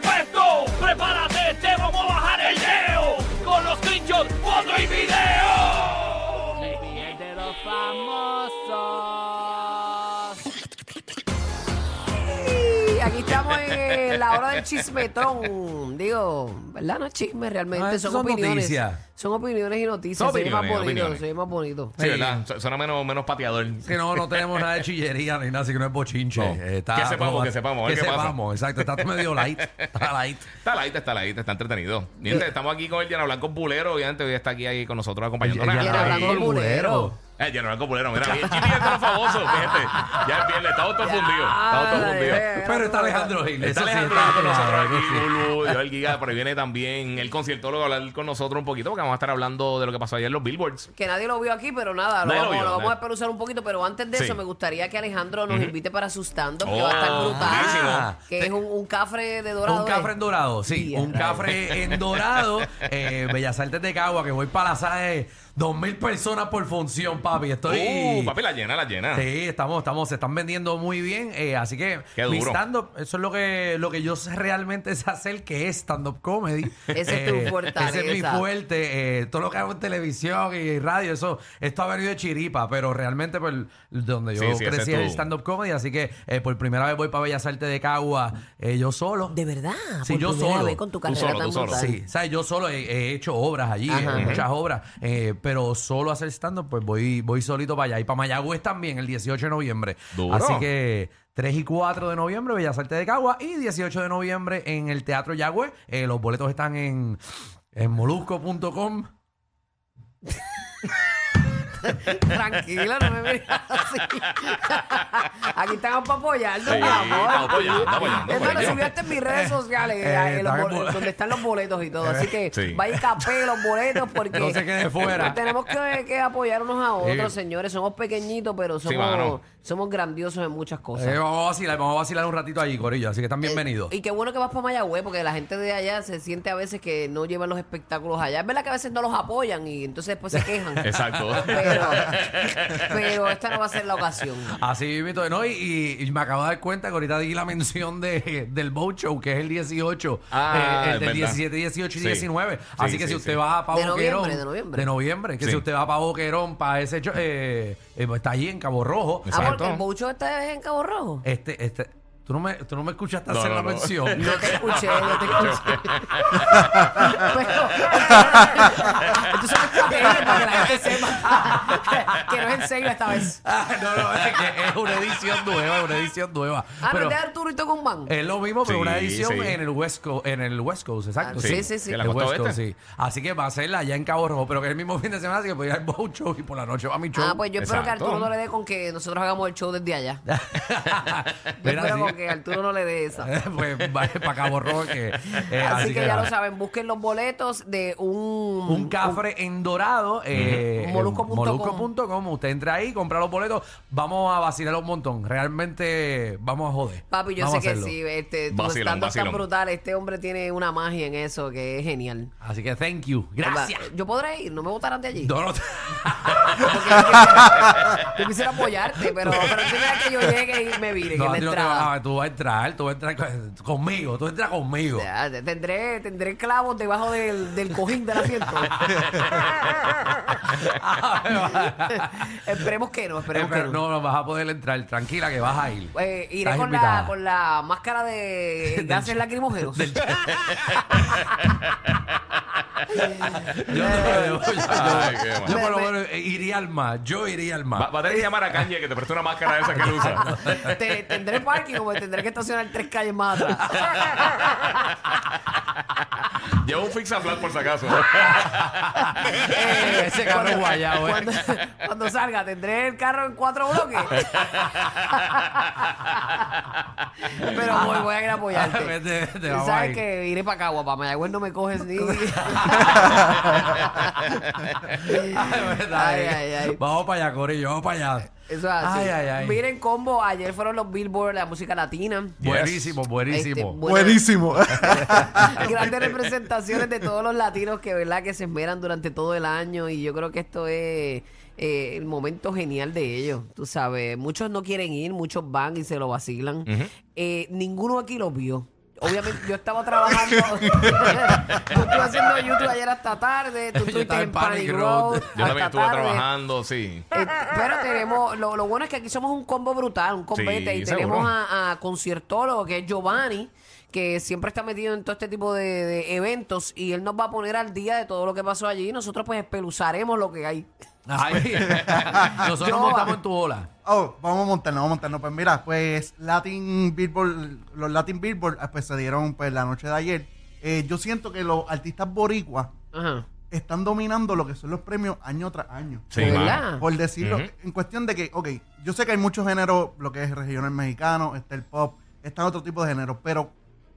pesto. Prepárate, te vamos a bajar el leo. Con los screenshots, foto y video. de los famosos. Y aquí estamos en la hora del chismetón. Digo, ¿verdad? No es chisme realmente, Ah, son, son opiniones. noticias. Son opiniones y noticias. Son se ve más opiniones, bonito, opiniones. se ve más bonito. Sí, ¿verdad? Su- Suena menos, menos pateador. Que no, no tenemos nada de chillería ni nada, así que no es bochinche. Eh, No. Que sepamos, como- que sepamos, a Que ver qué pasa. sepamos, exacto. Está medio light. Está light. Está light, está light, está entretenido. Gente, Eh. estamos aquí con el Llena Blanco Pulero, obviamente hoy está aquí ahí con nosotros acompañándonos. Llena Ahí. Blanco Pulero. Eh, Llena Blanco Pulero, mira, bien chiste de los famosos, fíjate. Ya es viernes, estamos todos fundidos, estamos todos Ay, fundidos. vea, Pero está Alejandro Gil. Está eso sí, Alejandro está- con nosotros claro, aquí, sí. Lulu, Joel Giga, pero ahí viene también el conciertólogo a hablar con nosotros un poquito, porque vamos a estar hablando de lo que pasó ayer en los Billboards. Que nadie lo vio aquí, pero nada, lo Nadie lo vamos, vio, lo vamos nadie. a esperar usar un poquito. Pero antes de Sí. eso, me gustaría que Alejandro nos invite para sus stand que Oh, va a estar brutal. buenísimo. Que Te- es un, un cafre de dorado. Un cafre en dorado, sí. Día, un rayos. cafre en dorado. eh, Bellas Artes de Cagua, que voy para la sala de dos mil personas por función, papi. Estoy. Uh, papi, la llena, la llena. Sí, estamos, estamos, se están vendiendo muy bien. eh, así que Qué mi duro. stand-up, eso es lo que, lo que yo sé realmente sé hacer, que es stand-up comedy. Ese es tu fortaleza. Ese es mi fuerte. eh, todo lo que hago en televisión y radio, eso, esto ha venido de chiripa, pero realmente por donde yo Sí, sí, ese crecí es es tu- el stand-up comedy. Así que eh, por primera vez voy para Bellas Artes de Cagua, eh, yo solo. De verdad. Sí, por yo primera solo. vez con tu Tú carrera solo, tan tú solo. brutal. Sí, ¿sabes? Yo solo he, he hecho obras allí, Ajá. eh, muchas obras, eh, pero solo hacer stand-up, pues voy, voy solito para allá. Y para Mayagüez también, el 18 de noviembre. Duro. Así que 3 y 4 de noviembre, Bellas Artes de Cagua, y 18 de noviembre en el Teatro Yagüez. Eh, los boletos están en, en molusco.com. Tranquila, no me mires así. Aquí estamos para apoyarnos, Sí, mi amor. estamos apoyando, estamos apoyando, Es más, lo corillo. subí hasta en mis redes sociales, Eh, eh, en los están bol- embola- donde están los boletos y todo. Así que Sí. vaya y capee los boletos porque No se quede fuera. tenemos que, que apoyarnos a otros, Sí. señores. Somos pequeñitos, pero Sí, somos, mano. somos grandiosos en muchas cosas. Eh, vamos a vacilar, vamos a vacilar un ratito allí, Corillo. Así que están bienvenidos. Y qué bueno que vas para Mayagüez, porque la gente de allá se siente a veces que no llevan los espectáculos allá. Es verdad que a veces no los apoyan y entonces después se quejan. Exacto. Pero, pero esta no va a ser la ocasión. Así mismo, ¿no? Y, y- y me acabo de dar cuenta que ahorita di la mención de, del Boat Show, que es el 18, Ah, eh, el es del verdad. 17, 18 y Sí. 19. Sí, Así que sí, si usted sí. va para De noviembre, Boquerón. de noviembre. de noviembre, que Sí. si usted va para Boquerón, para ese show, eh, eh, está allí en Cabo Rojo. Ah, Exacto. porque el Boucho está en Cabo Rojo. Este, este, tú no me, tú no me escuchaste No, hacer no, la no. mención. No te escuché, no te escuché. Pero, entonces me estrategia para que la gente sepa que no es en serio esta vez. Ah, no, no, es que es una edición nueva, es una edición nueva. Ah, no Pero Eh, es de Arturito Guzmán. es lo mismo, pero Sí, una edición sí. en el West Coast, en el West Coast, exacto. Ah, sí, sí, sí. Que la De costa West Coast, oeste. sí. Así que va a ser allá en Cabo Rojo, pero que el mismo fin de semana, así que puede ir al boat show y por la noche va a mi show. Ah, pues yo espero que Exacto. Arturo no le dé con que nosotros hagamos el show desde allá. Yo Mira, espero así- con que Arturo no le dé esa. pues va para Cabo Rojo. Que, eh, así, que, ya nada. lo saben, busquen los boletos de un... Un cafre en dorado. Eh, Ujú. en Molusco.com. molusco.com. Usted entra ahí, compra los boletos. Vamos a vacilar un montón. Realmente vamos a joder. Papi, yo Vamos sé a que hacerlo. sí, este, tu Vacilón, stand-up tan vacilón. brutal, este hombre tiene una magia en eso que es genial. Así que thank you. Gracias. Yo podré ir, no me votarán de allí. No, no, Porque yo quisiera, yo quisiera apoyarte, pero, pero tú sabes que yo llegue y me vire no, en a la ti no te entrada. vas a- Ah, tú vas a entrar, tú vas a entrar con- conmigo, tú entras conmigo. Ya, te- tendré, tendré clavos debajo del, del cojín del asiento. esperemos que no, Eh, esperemos que pero no. no, no vas a poder entrar, tranquila que vas a ir. Eh, iré Estás con la, invitada. con la máscara de gases lacrimógenos. Yo, no- yo- yo- Ay, qué mal. yo por lo menos eh, iría al mar, yo iría al Va, mar. va a tener que llamar a Kanye que te preste una máscara esa que él usa. Te- tendré parking o me tendré que estacionar tres calles más atrás. Llevo un fix a flat por si acaso. Eh, ese carro es guayabo, eh. Cuando, cuando salga, tendré el carro en cuatro bloques. Pero voy, voy a ir a apoyarte. Ah, Vete, vete, Tú vamos sabes ahí. que iré para Cagua, para Mayagüez no me coges ni. Ay, verdad, Ay, eh. ay, ay. Vamos para allá, Corillo, vamos para allá. Eso es así. Ay, ay, ay. Miren combo, ayer fueron los Billboard de la música latina. Buenísimo, Este, buenísimo. bueno, Buenísimo. grandes representaciones de todos los latinos que verdad que se esmeran durante todo el año y yo creo que esto es eh, el momento genial de ellos, tú sabes, muchos no quieren ir, muchos van y se lo vacilan. Eh, ninguno aquí lo vio. Obviamente yo estaba trabajando, yo estuve haciendo YouTube ayer hasta tarde, tú Yo estuviste estaba en Panic Road. Road. Yo hasta también estuve tarde. trabajando, sí. Eh, pero tenemos, lo, lo bueno es que aquí somos un combo brutal, un compete. Sí, y seguro. tenemos a, a conciertólogo que es Giovanni, que siempre está metido en todo este tipo de, de eventos y él nos va a poner al día de todo lo que pasó allí y nosotros pues espeluzaremos lo que hay. Ay, nosotros Yo- montamos en tu ola. Oh, vamos a montarnos, vamos a montarnos. Pues mira, pues Latin Billboard, los Latin Billboard ah, pues se dieron pues la noche de ayer. Eh, yo siento que los artistas boricuas Ajá. están dominando lo que son los premios año tras año. Sí, ¿De mano. verdad? Por decirlo, en cuestión de que, ok, yo sé que hay muchos géneros, lo que es regional mexicano, está el pop, está otro tipo de géneros, pero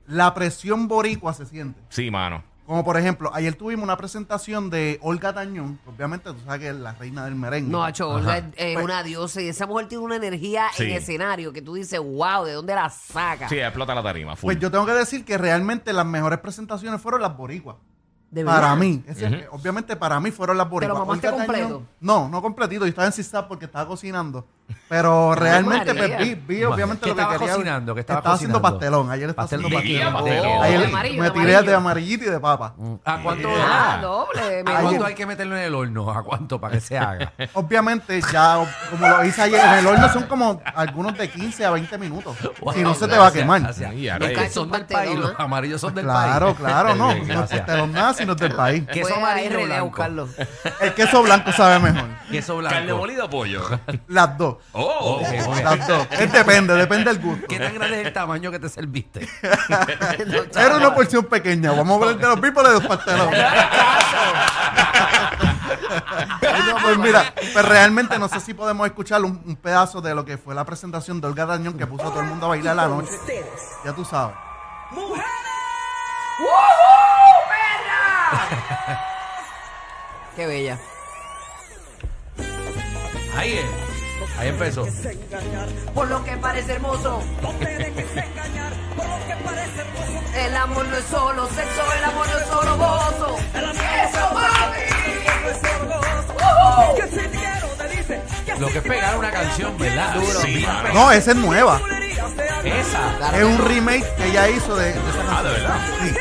la presión boricua se siente. Sí, mano. Como por ejemplo, ayer tuvimos una presentación de Olga Tañón, obviamente tú sabes que es la reina del merengue. No, Acho, Ajá. es una diosa y esa mujer tiene una energía Sí. en escenario que tú dices, wow, ¿de dónde la saca? Sí, explota la tarima. full. Pues yo tengo que decir que realmente las mejores presentaciones fueron las boricuas. ¿De Para verdad? mí. Es decir, que Obviamente para mí fueron las boricuas. mamaste Olga Tañón- completo? no, no completito. Yo estaba en Sistap porque estaba cocinando. Pero realmente María. pues, vi, vi obviamente ¿Qué lo que estaba quería. cocinando? ¿Qué estaba cocinando? haciendo pastelón. Ayer estaba Pastel Mm. haciendo de pastelón. guía, pastelón. Ayer De amarillo, me de tiré de amarillo. amarillito y de papa. ¿A cuánto, Ah, Ah. doble. me ¿A cuánto gusta. hay que meterlo en el horno? ¿A cuánto para que se haga? Obviamente ya, como lo hice ayer, en el horno son como algunos de 15 a 20 minutos. si no se te va a Gracias, quemar. gracias. Ay, Los rayos. que son del país, ¿eh? los amarillos son del Claro, país. claro, no. Los Gracias. pastelos nada, sino del país. Queso Fue a amarillo RD a blanco. buscarlo. El queso blanco sabe mejor. Queso Carne blanco. molida o pollo. Las dos. Oh, Ok, ok. Las dos. Es depende, depende del gusto. ¿Qué tan grande es el tamaño que te serviste? Era una porción pequeña. Vamos a hablar de los people de los pastelones. No, pues mira, pues realmente no sé si podemos escuchar un, un pedazo de lo que fue la presentación de Olga Dañón que puso a todo el mundo a bailar la noche. Ya tú sabes. Qué bella. Ahí es. Ahí empezó. Por lo que parece hermoso. El amor no es solo sexo, el amor no es solo gozo. Eso, mami. Lo que es pegar una canción, ¿verdad? Sí, Bien mano. pegado. No, esa es nueva. Esa. Es un remake que ella hizo de, de esa Ah, canción. de verdad. Sí.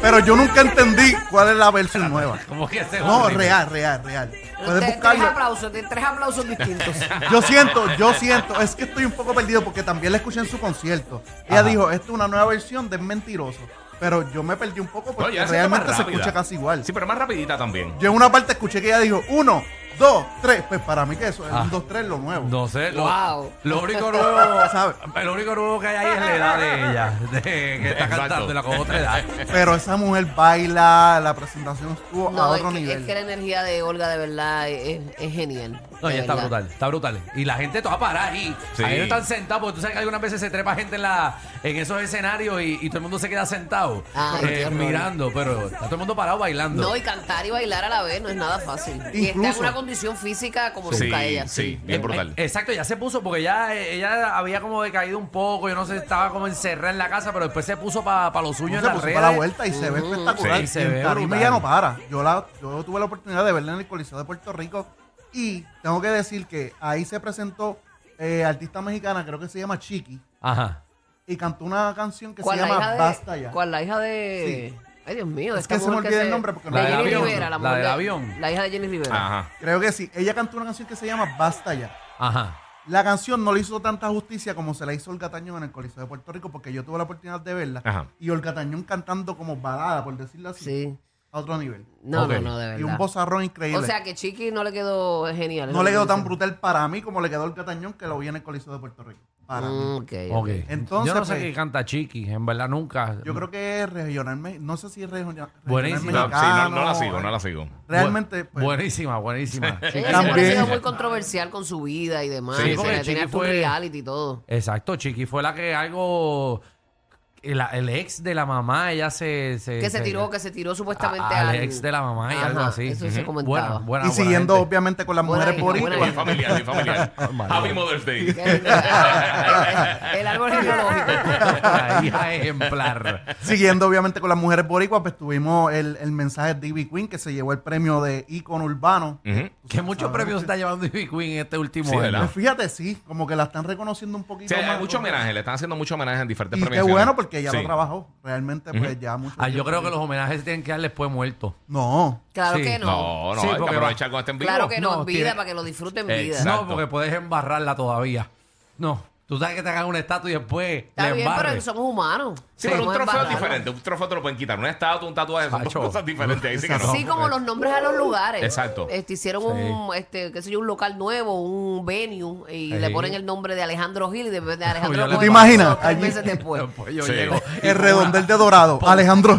Pero yo nunca entendí cuál es la versión nueva. Como que se No, horrible. real, real, real. Puedes De tres buscarlo. aplausos, de tres aplausos distintos. Yo siento, yo siento, es que estoy un poco perdido porque también la escuché en su concierto. Ella dijo, esto es una nueva versión de Mentiroso. Pero yo me perdí un poco No, porque ya realmente más se rápida. escucha casi igual. Sí, pero más rapidita también. Yo en una parte escuché que ella dijo, uno, dos, tres. Pues para mí que eso es Ah. un dos, tres lo nuevo. No sé. Lo, Wow. lo único nuevo. ¿Sabe? Lo único nuevo que hay ahí es la edad de ella. De, que está Exacto. cantando la con otra edad. Pero esa mujer baila, la presentación estuvo a No, es otro que, nivel. es que la energía de Olga de verdad es, es genial. No, de ya está verdad. brutal, está brutal. Y la gente toda parada ahí. Sí. Ahí no están sentados, porque tú sabes que algunas veces se trepa gente en, la, en esos escenarios y, y todo el mundo se queda sentado Ay, eh, qué horror. mirando, pero está todo el mundo parado bailando. No, y cantar y bailar a la vez no es nada fácil. Y está en Incluso- una condición física como Sí, nunca ella. sí, bien brutal. Eh, Exacto, ya se puso porque ya eh, ella había como decaído un poco, yo no sé, estaba como encerrada en la casa, pero después se puso para los No pues, suyos en se las puso redes. para la vuelta y se ve espectacular. Sí, Y se en ve tarima brutal. ya no para. Yo, la, yo tuve la oportunidad de verla en el Coliseo de Puerto Rico y tengo que decir que ahí se presentó eh, artista mexicana, creo que se llama Chiqui, Ajá. y cantó una canción que se ¿Cuál la hija llama de, Basta ya. ¿Cuál la hija de.? Ay, Dios mío. Es esta que se me mujer olvida el nombre porque de no- La del Jenny avión, Rivera, la, la mujer del de- avión. La hija de Jenny Rivera. Ajá. Creo que sí. Ella cantó una canción que se llama Basta ya. Ajá. La canción no le hizo tanta justicia como se la hizo Olga Tañón en el Coliseo de Puerto Rico porque yo tuve la oportunidad de verla Ajá. y Olga Tañón cantando como balada, por decirlo así. Sí. a otro nivel. No, Ok. no, no, de verdad. Y un bozarrón increíble. O sea que Chiqui no le quedó genial. es no lo le que quedó tú tan dices. brutal para mí como le quedó el Catañón que lo vi en el Coliseo de Puerto Rico. Para mí. Mm, ok, ok. Ok. Eh, Entonces, Yo no sé pues, qué canta Chiqui, en verdad nunca. Yo creo que es regional, me- no sé si es regional, regional Buenísimo. No, sí, no, no la mexicano, sigo, no la sigo. Realmente, pues, Buenísima, buenísima. Ella Chiqui. También. siempre ha sido muy controversial con su vida y demás. Sí, o sea, porque tenía Chiqui hasta un fue- reality y todo. Exacto, Chiqui fue la que algo. El, el ex de la mamá, ella se. se Que se tiró, que se tiró supuestamente a- al al- ex de la mamá y algo Ajá, así. Eso se Ujú. comentaba. Buena, buena, y buena siguiendo gente. obviamente con las Buena mujeres hija, buena Bien Bueno. boricuas. familiar, bien familiar. Happy Mother's Day. Qué lindo. el árbol genealógico. La hija ejemplar. Siguiendo obviamente con las mujeres boricuas, pues tuvimos el, el mensaje de Ivy Queen que se llevó el premio de ícono urbano. Ujú. Que muchos premios está llevando Ivy Queen en este último Sí, año. ¿verdad? Pues fíjate, sí, como que la están reconociendo un O poquito sea, más. hay mucho homenaje, le están haciendo mucho homenaje en diferentes Y qué premiaciones. bueno porque ella Sí. lo trabajó. Realmente, pues ya mucho. Ah, yo tiempo. creo que los homenajes tienen que dar después muerto. No. Claro Sí. que no. No, no, Sí, hay que porque aprovechar con este en vivo. Claro que no, No, en vida, tiene- para que lo disfruten en vida. Exacto. No, porque puedes embarrarla todavía. No. Tú sabes que te hagan una estatua y después Está la bien, pero embarres. somos humanos. Sí, pero un trofeo Podemos es embarrarla. diferente. Un trofeo te lo pueden quitar. Una estatua, un tatuaje, son dos Chacho. cosas diferentes. Ahí sí que no. Sí, como los nombres a los lugares. Exacto. Este, hicieron un, este, qué sé yo, un local nuevo, un venue, y Sí. le ponen el nombre de Alejandro Gil y de, de Alejandro Yo le- ¿Tú Gómez, te imaginas? dos, tres Allí. meses después. Después yo Sí. llego y El pongo redondel de dorado, Alejandro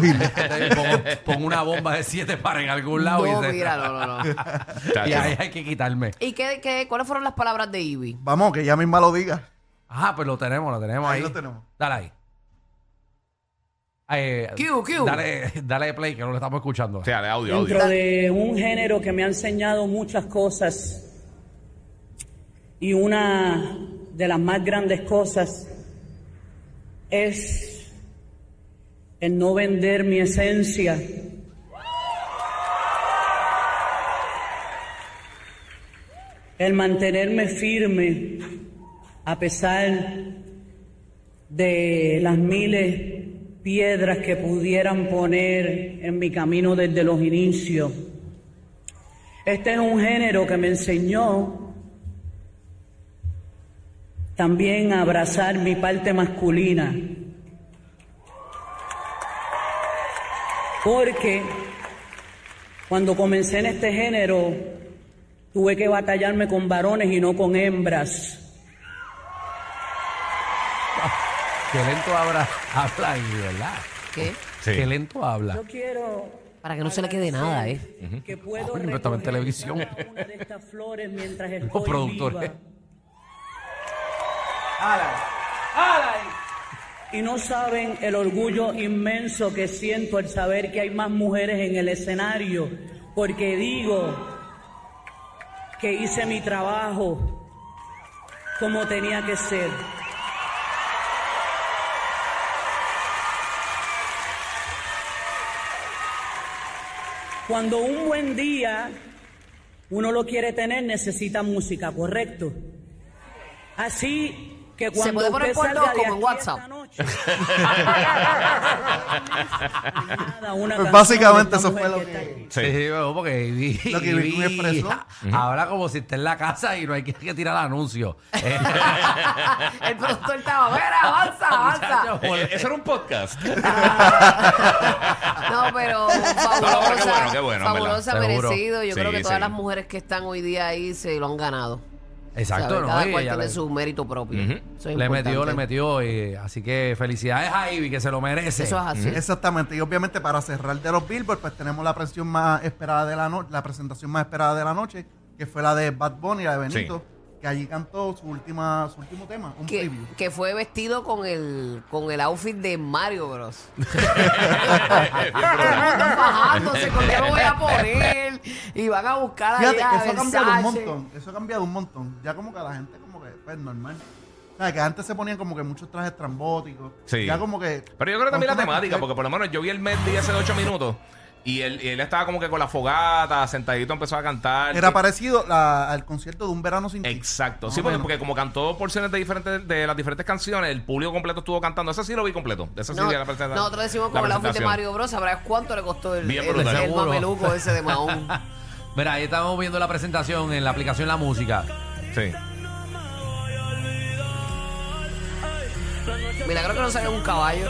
Gil. una- pongo, pongo una bomba de siete para en algún lado No, y, se- mira, no, no, no. Chacho, y ahí no. hay que quitarme. ¿Y qué, qué, cuáles fueron las palabras de Ivy? Vamos, que ella misma lo diga. Ajá, pues lo tenemos, lo tenemos ahí. Ahí lo tenemos. Dale ahí. Eh, Q, Q. Dale, dale play, que no lo estamos escuchando. O sea, de audio, audio. dentro de un género que me ha enseñado muchas cosas y una de las más grandes cosas es el no vender mi esencia. El mantenerme firme a pesar de las miles piedras que pudieran poner en mi camino desde los inicios. Este es un género que me enseñó también a abrazar mi parte masculina. Porque cuando comencé en este género tuve que batallarme con varones y no con hembras. Qué lento habla, habla ahí, ¿verdad? ¿Qué? Sí. Qué lento habla. Yo quiero. Para que no se le quede nada, ¿eh? Que puedo Coño, pero estaba en recoger televisión. cada una de estas flores mientras estoy Los productores. viva. Y no saben el orgullo inmenso que siento al saber que hay más mujeres en el escenario, porque digo que hice mi trabajo como tenía que ser. Cuando un buen día uno lo quiere tener, necesita música, correcto. Así que cuando puede poner usted por salga loco de en aquí WhatsApp. esta noche, nada, Pues una canción básicamente de esta eso mujer fue lo está que- aquí. Sí. Sí, sí, bueno, porque Ivy, Lo que Ivy Queen expresó. Ahora como si está en la casa y no hay que, que tirar anuncios. Eh, El productor estaba, mira, avanza, avanza. muchachos, Eh, eh, por- Eso era un podcast. No, pero No, no, pero qué fabulosa, bueno, qué bueno, en fabulosa, verdad. Seguro. merecido. Yo Sí, creo que todas sí. las mujeres que están hoy día ahí se lo han ganado. Exacto, ¿sabes? ¿no? Cada Y cual ella tiene le- su mérito propio. Eso es le importante. metió, le metió. eh, así que felicidades a Ivy, que se lo merece. Eso es así. Exactamente. Y obviamente para cerrar de los Billboard, pues tenemos la presión más esperada de la noche, la presentación más esperada de la noche, que fue la de Bad Bunny, la de Benito, que allí cantó su última, su último tema, un Que, preview. que fue vestido con el con el outfit de Mario Bros. Bajándose, ¿con qué me voy a poner? Y van a buscar Fíjate, allá eso ha cambiado un Versace. montón. Eso ha cambiado un montón. Ya como que la gente como que, pues normal. O sea, que antes se ponían como que muchos trajes trambóticos. Sí. Ya como que. Pero yo creo que también la temática, automáticamente- porque por lo menos yo vi el Messi hace ocho minutos y él, y él estaba como que con la fogata, sentadito, empezó a cantar. Era Ah, parecido la- al concierto de un verano sin ti. Exacto. Más Sí, o porque, menos. porque como cantó porciones de diferentes de las diferentes canciones, el público completo estuvo cantando. Esa sí lo vi completo. Esa sí No, vi la presentación. nosotros decimos la como el outfit de presentación. Mario Bros. Sabrás cuánto le costó el, Bien el, brutal. el Seguro. mameluco ese de Mahón. Mira, ahí estamos viendo la presentación en la aplicación La Música. Sí. Milagro que no salió un caballo.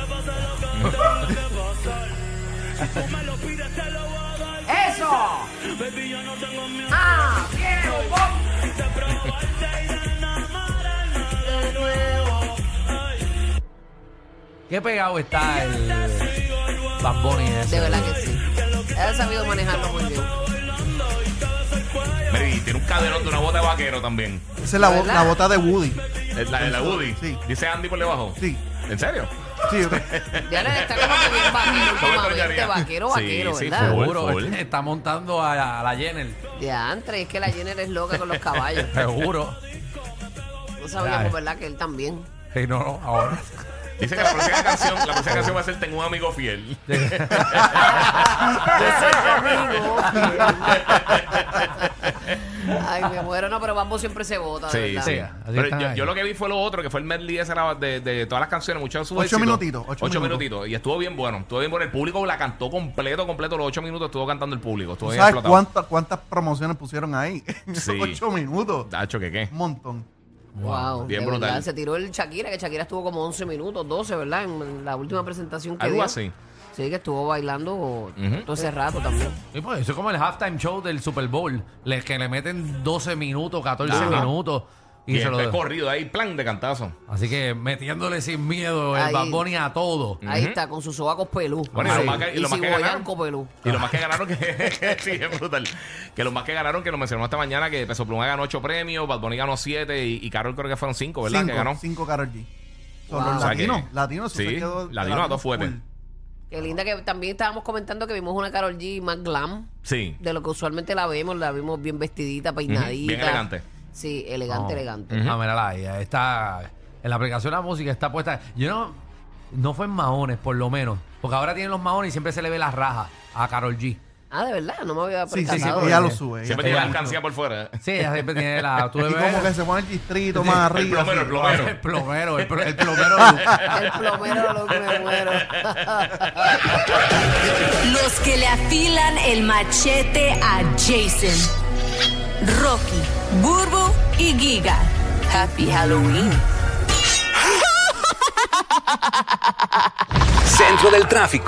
eso. Ah, quiero pop. Qué pegado está el Bad Bunny ese. De verdad que sí. He sabido manejarlo muy bien. Mira, y tiene un caderón de una bota de vaquero también. Esa es la, bo- ¿Verdad? la bota de Woody. Es La de la Woody. Sí. Dice Andy por debajo. Sí. ¿En serio? Sí, yo creo- Ya le está como que bien Yo vaquero, me últimamente, extrañaría. vaquero, Sí, vaquero, sí, ¿verdad? full. Seguro, Full. está montando a, a la Jenner. De antes, es que la Jenner es loca con los caballos. Seguro. No sabíamos, ¿verdad? Que él también. Sí, no, no, ahora. Dice que la próxima canción, la próxima canción va a ser Tengo un amigo fiel. Ay, me muero, no, pero Bambo siempre se vota, de Sí, verdad. sí. Así Pero están yo, ahí. yo lo que vi fue lo otro, que fue el medley ese era de, de todas las canciones, muchos de sus Ocho éxitos. minutitos, Ocho, ocho minutitos. minutos. Y estuvo bien bueno. Estuvo bien bueno. El público la cantó completo, completo. Los ocho minutos estuvo cantando el público. Estuvo ¿Tú bien ¿Sabes explotado. cuánta- cuántas promociones pusieron ahí? Sí. Ocho minutos. Tacho, que qué. Un montón. Wow, Bien de brutal. verdad. Se tiró el Shakira, que Shakira estuvo como 11 minutos, 12, ¿verdad? En la última presentación que Algo dio. así. Sí, que estuvo bailando todo ese rato también. Y pues, eso es como el halftime show del Super Bowl, le- que le meten 12 minutos, 14 Ajá. minutos. Y, este Y, se el lo recorrido ahí, plan de cantazo. Así que metiéndole sin miedo el Ahí. Bad Bunny a todo. Ahí está, con sus sobacos pelú. Bueno, y Sí. lo más que, y y lo más si que ganaron. boyanco pelú. Y lo más que ganaron, que, que sí, es brutal. Que lo más que ganaron, que lo mencionó esta mañana, que Peso Pluma ganó ocho premios, Bad Bunny ganó siete y, y Carol creo que fueron cinco, ¿verdad? Cinco, que ganó. cinco Karol G. Son Wow. los O sea que- latinos. latinos, eso sí, se quedó- latinos a dos fuertes. full. Qué linda que también estábamos comentando que vimos una Carol G más glam Sí. de lo que usualmente la vemos. La vimos bien vestidita, peinadita. bien elegante. Sí, elegante, Oh. elegante. Ah, mírala ahí, ahí Está en la aplicación la música está puesta. Yo no, no fue en maones, por lo menos. Porque ahora tienen los maones y siempre se le ve las rajas a Carol G. Ah, de verdad, no me había Sí, sí, sí, percatado. ella porque lo sube. ella Siempre tiene la sube alcancía por fuera. Sí, ella siempre tiene la. Tú le mucho. Y ves- como que se pone el distrito más El arriba. plomero, el así. plomero. el plomero, el, pl- el plomero. Luke. El plomero, loco, me muero. Los que le afilan el machete a Jason. Rocky, Burbu y Giga. Happy Halloween. Centro del tráfico.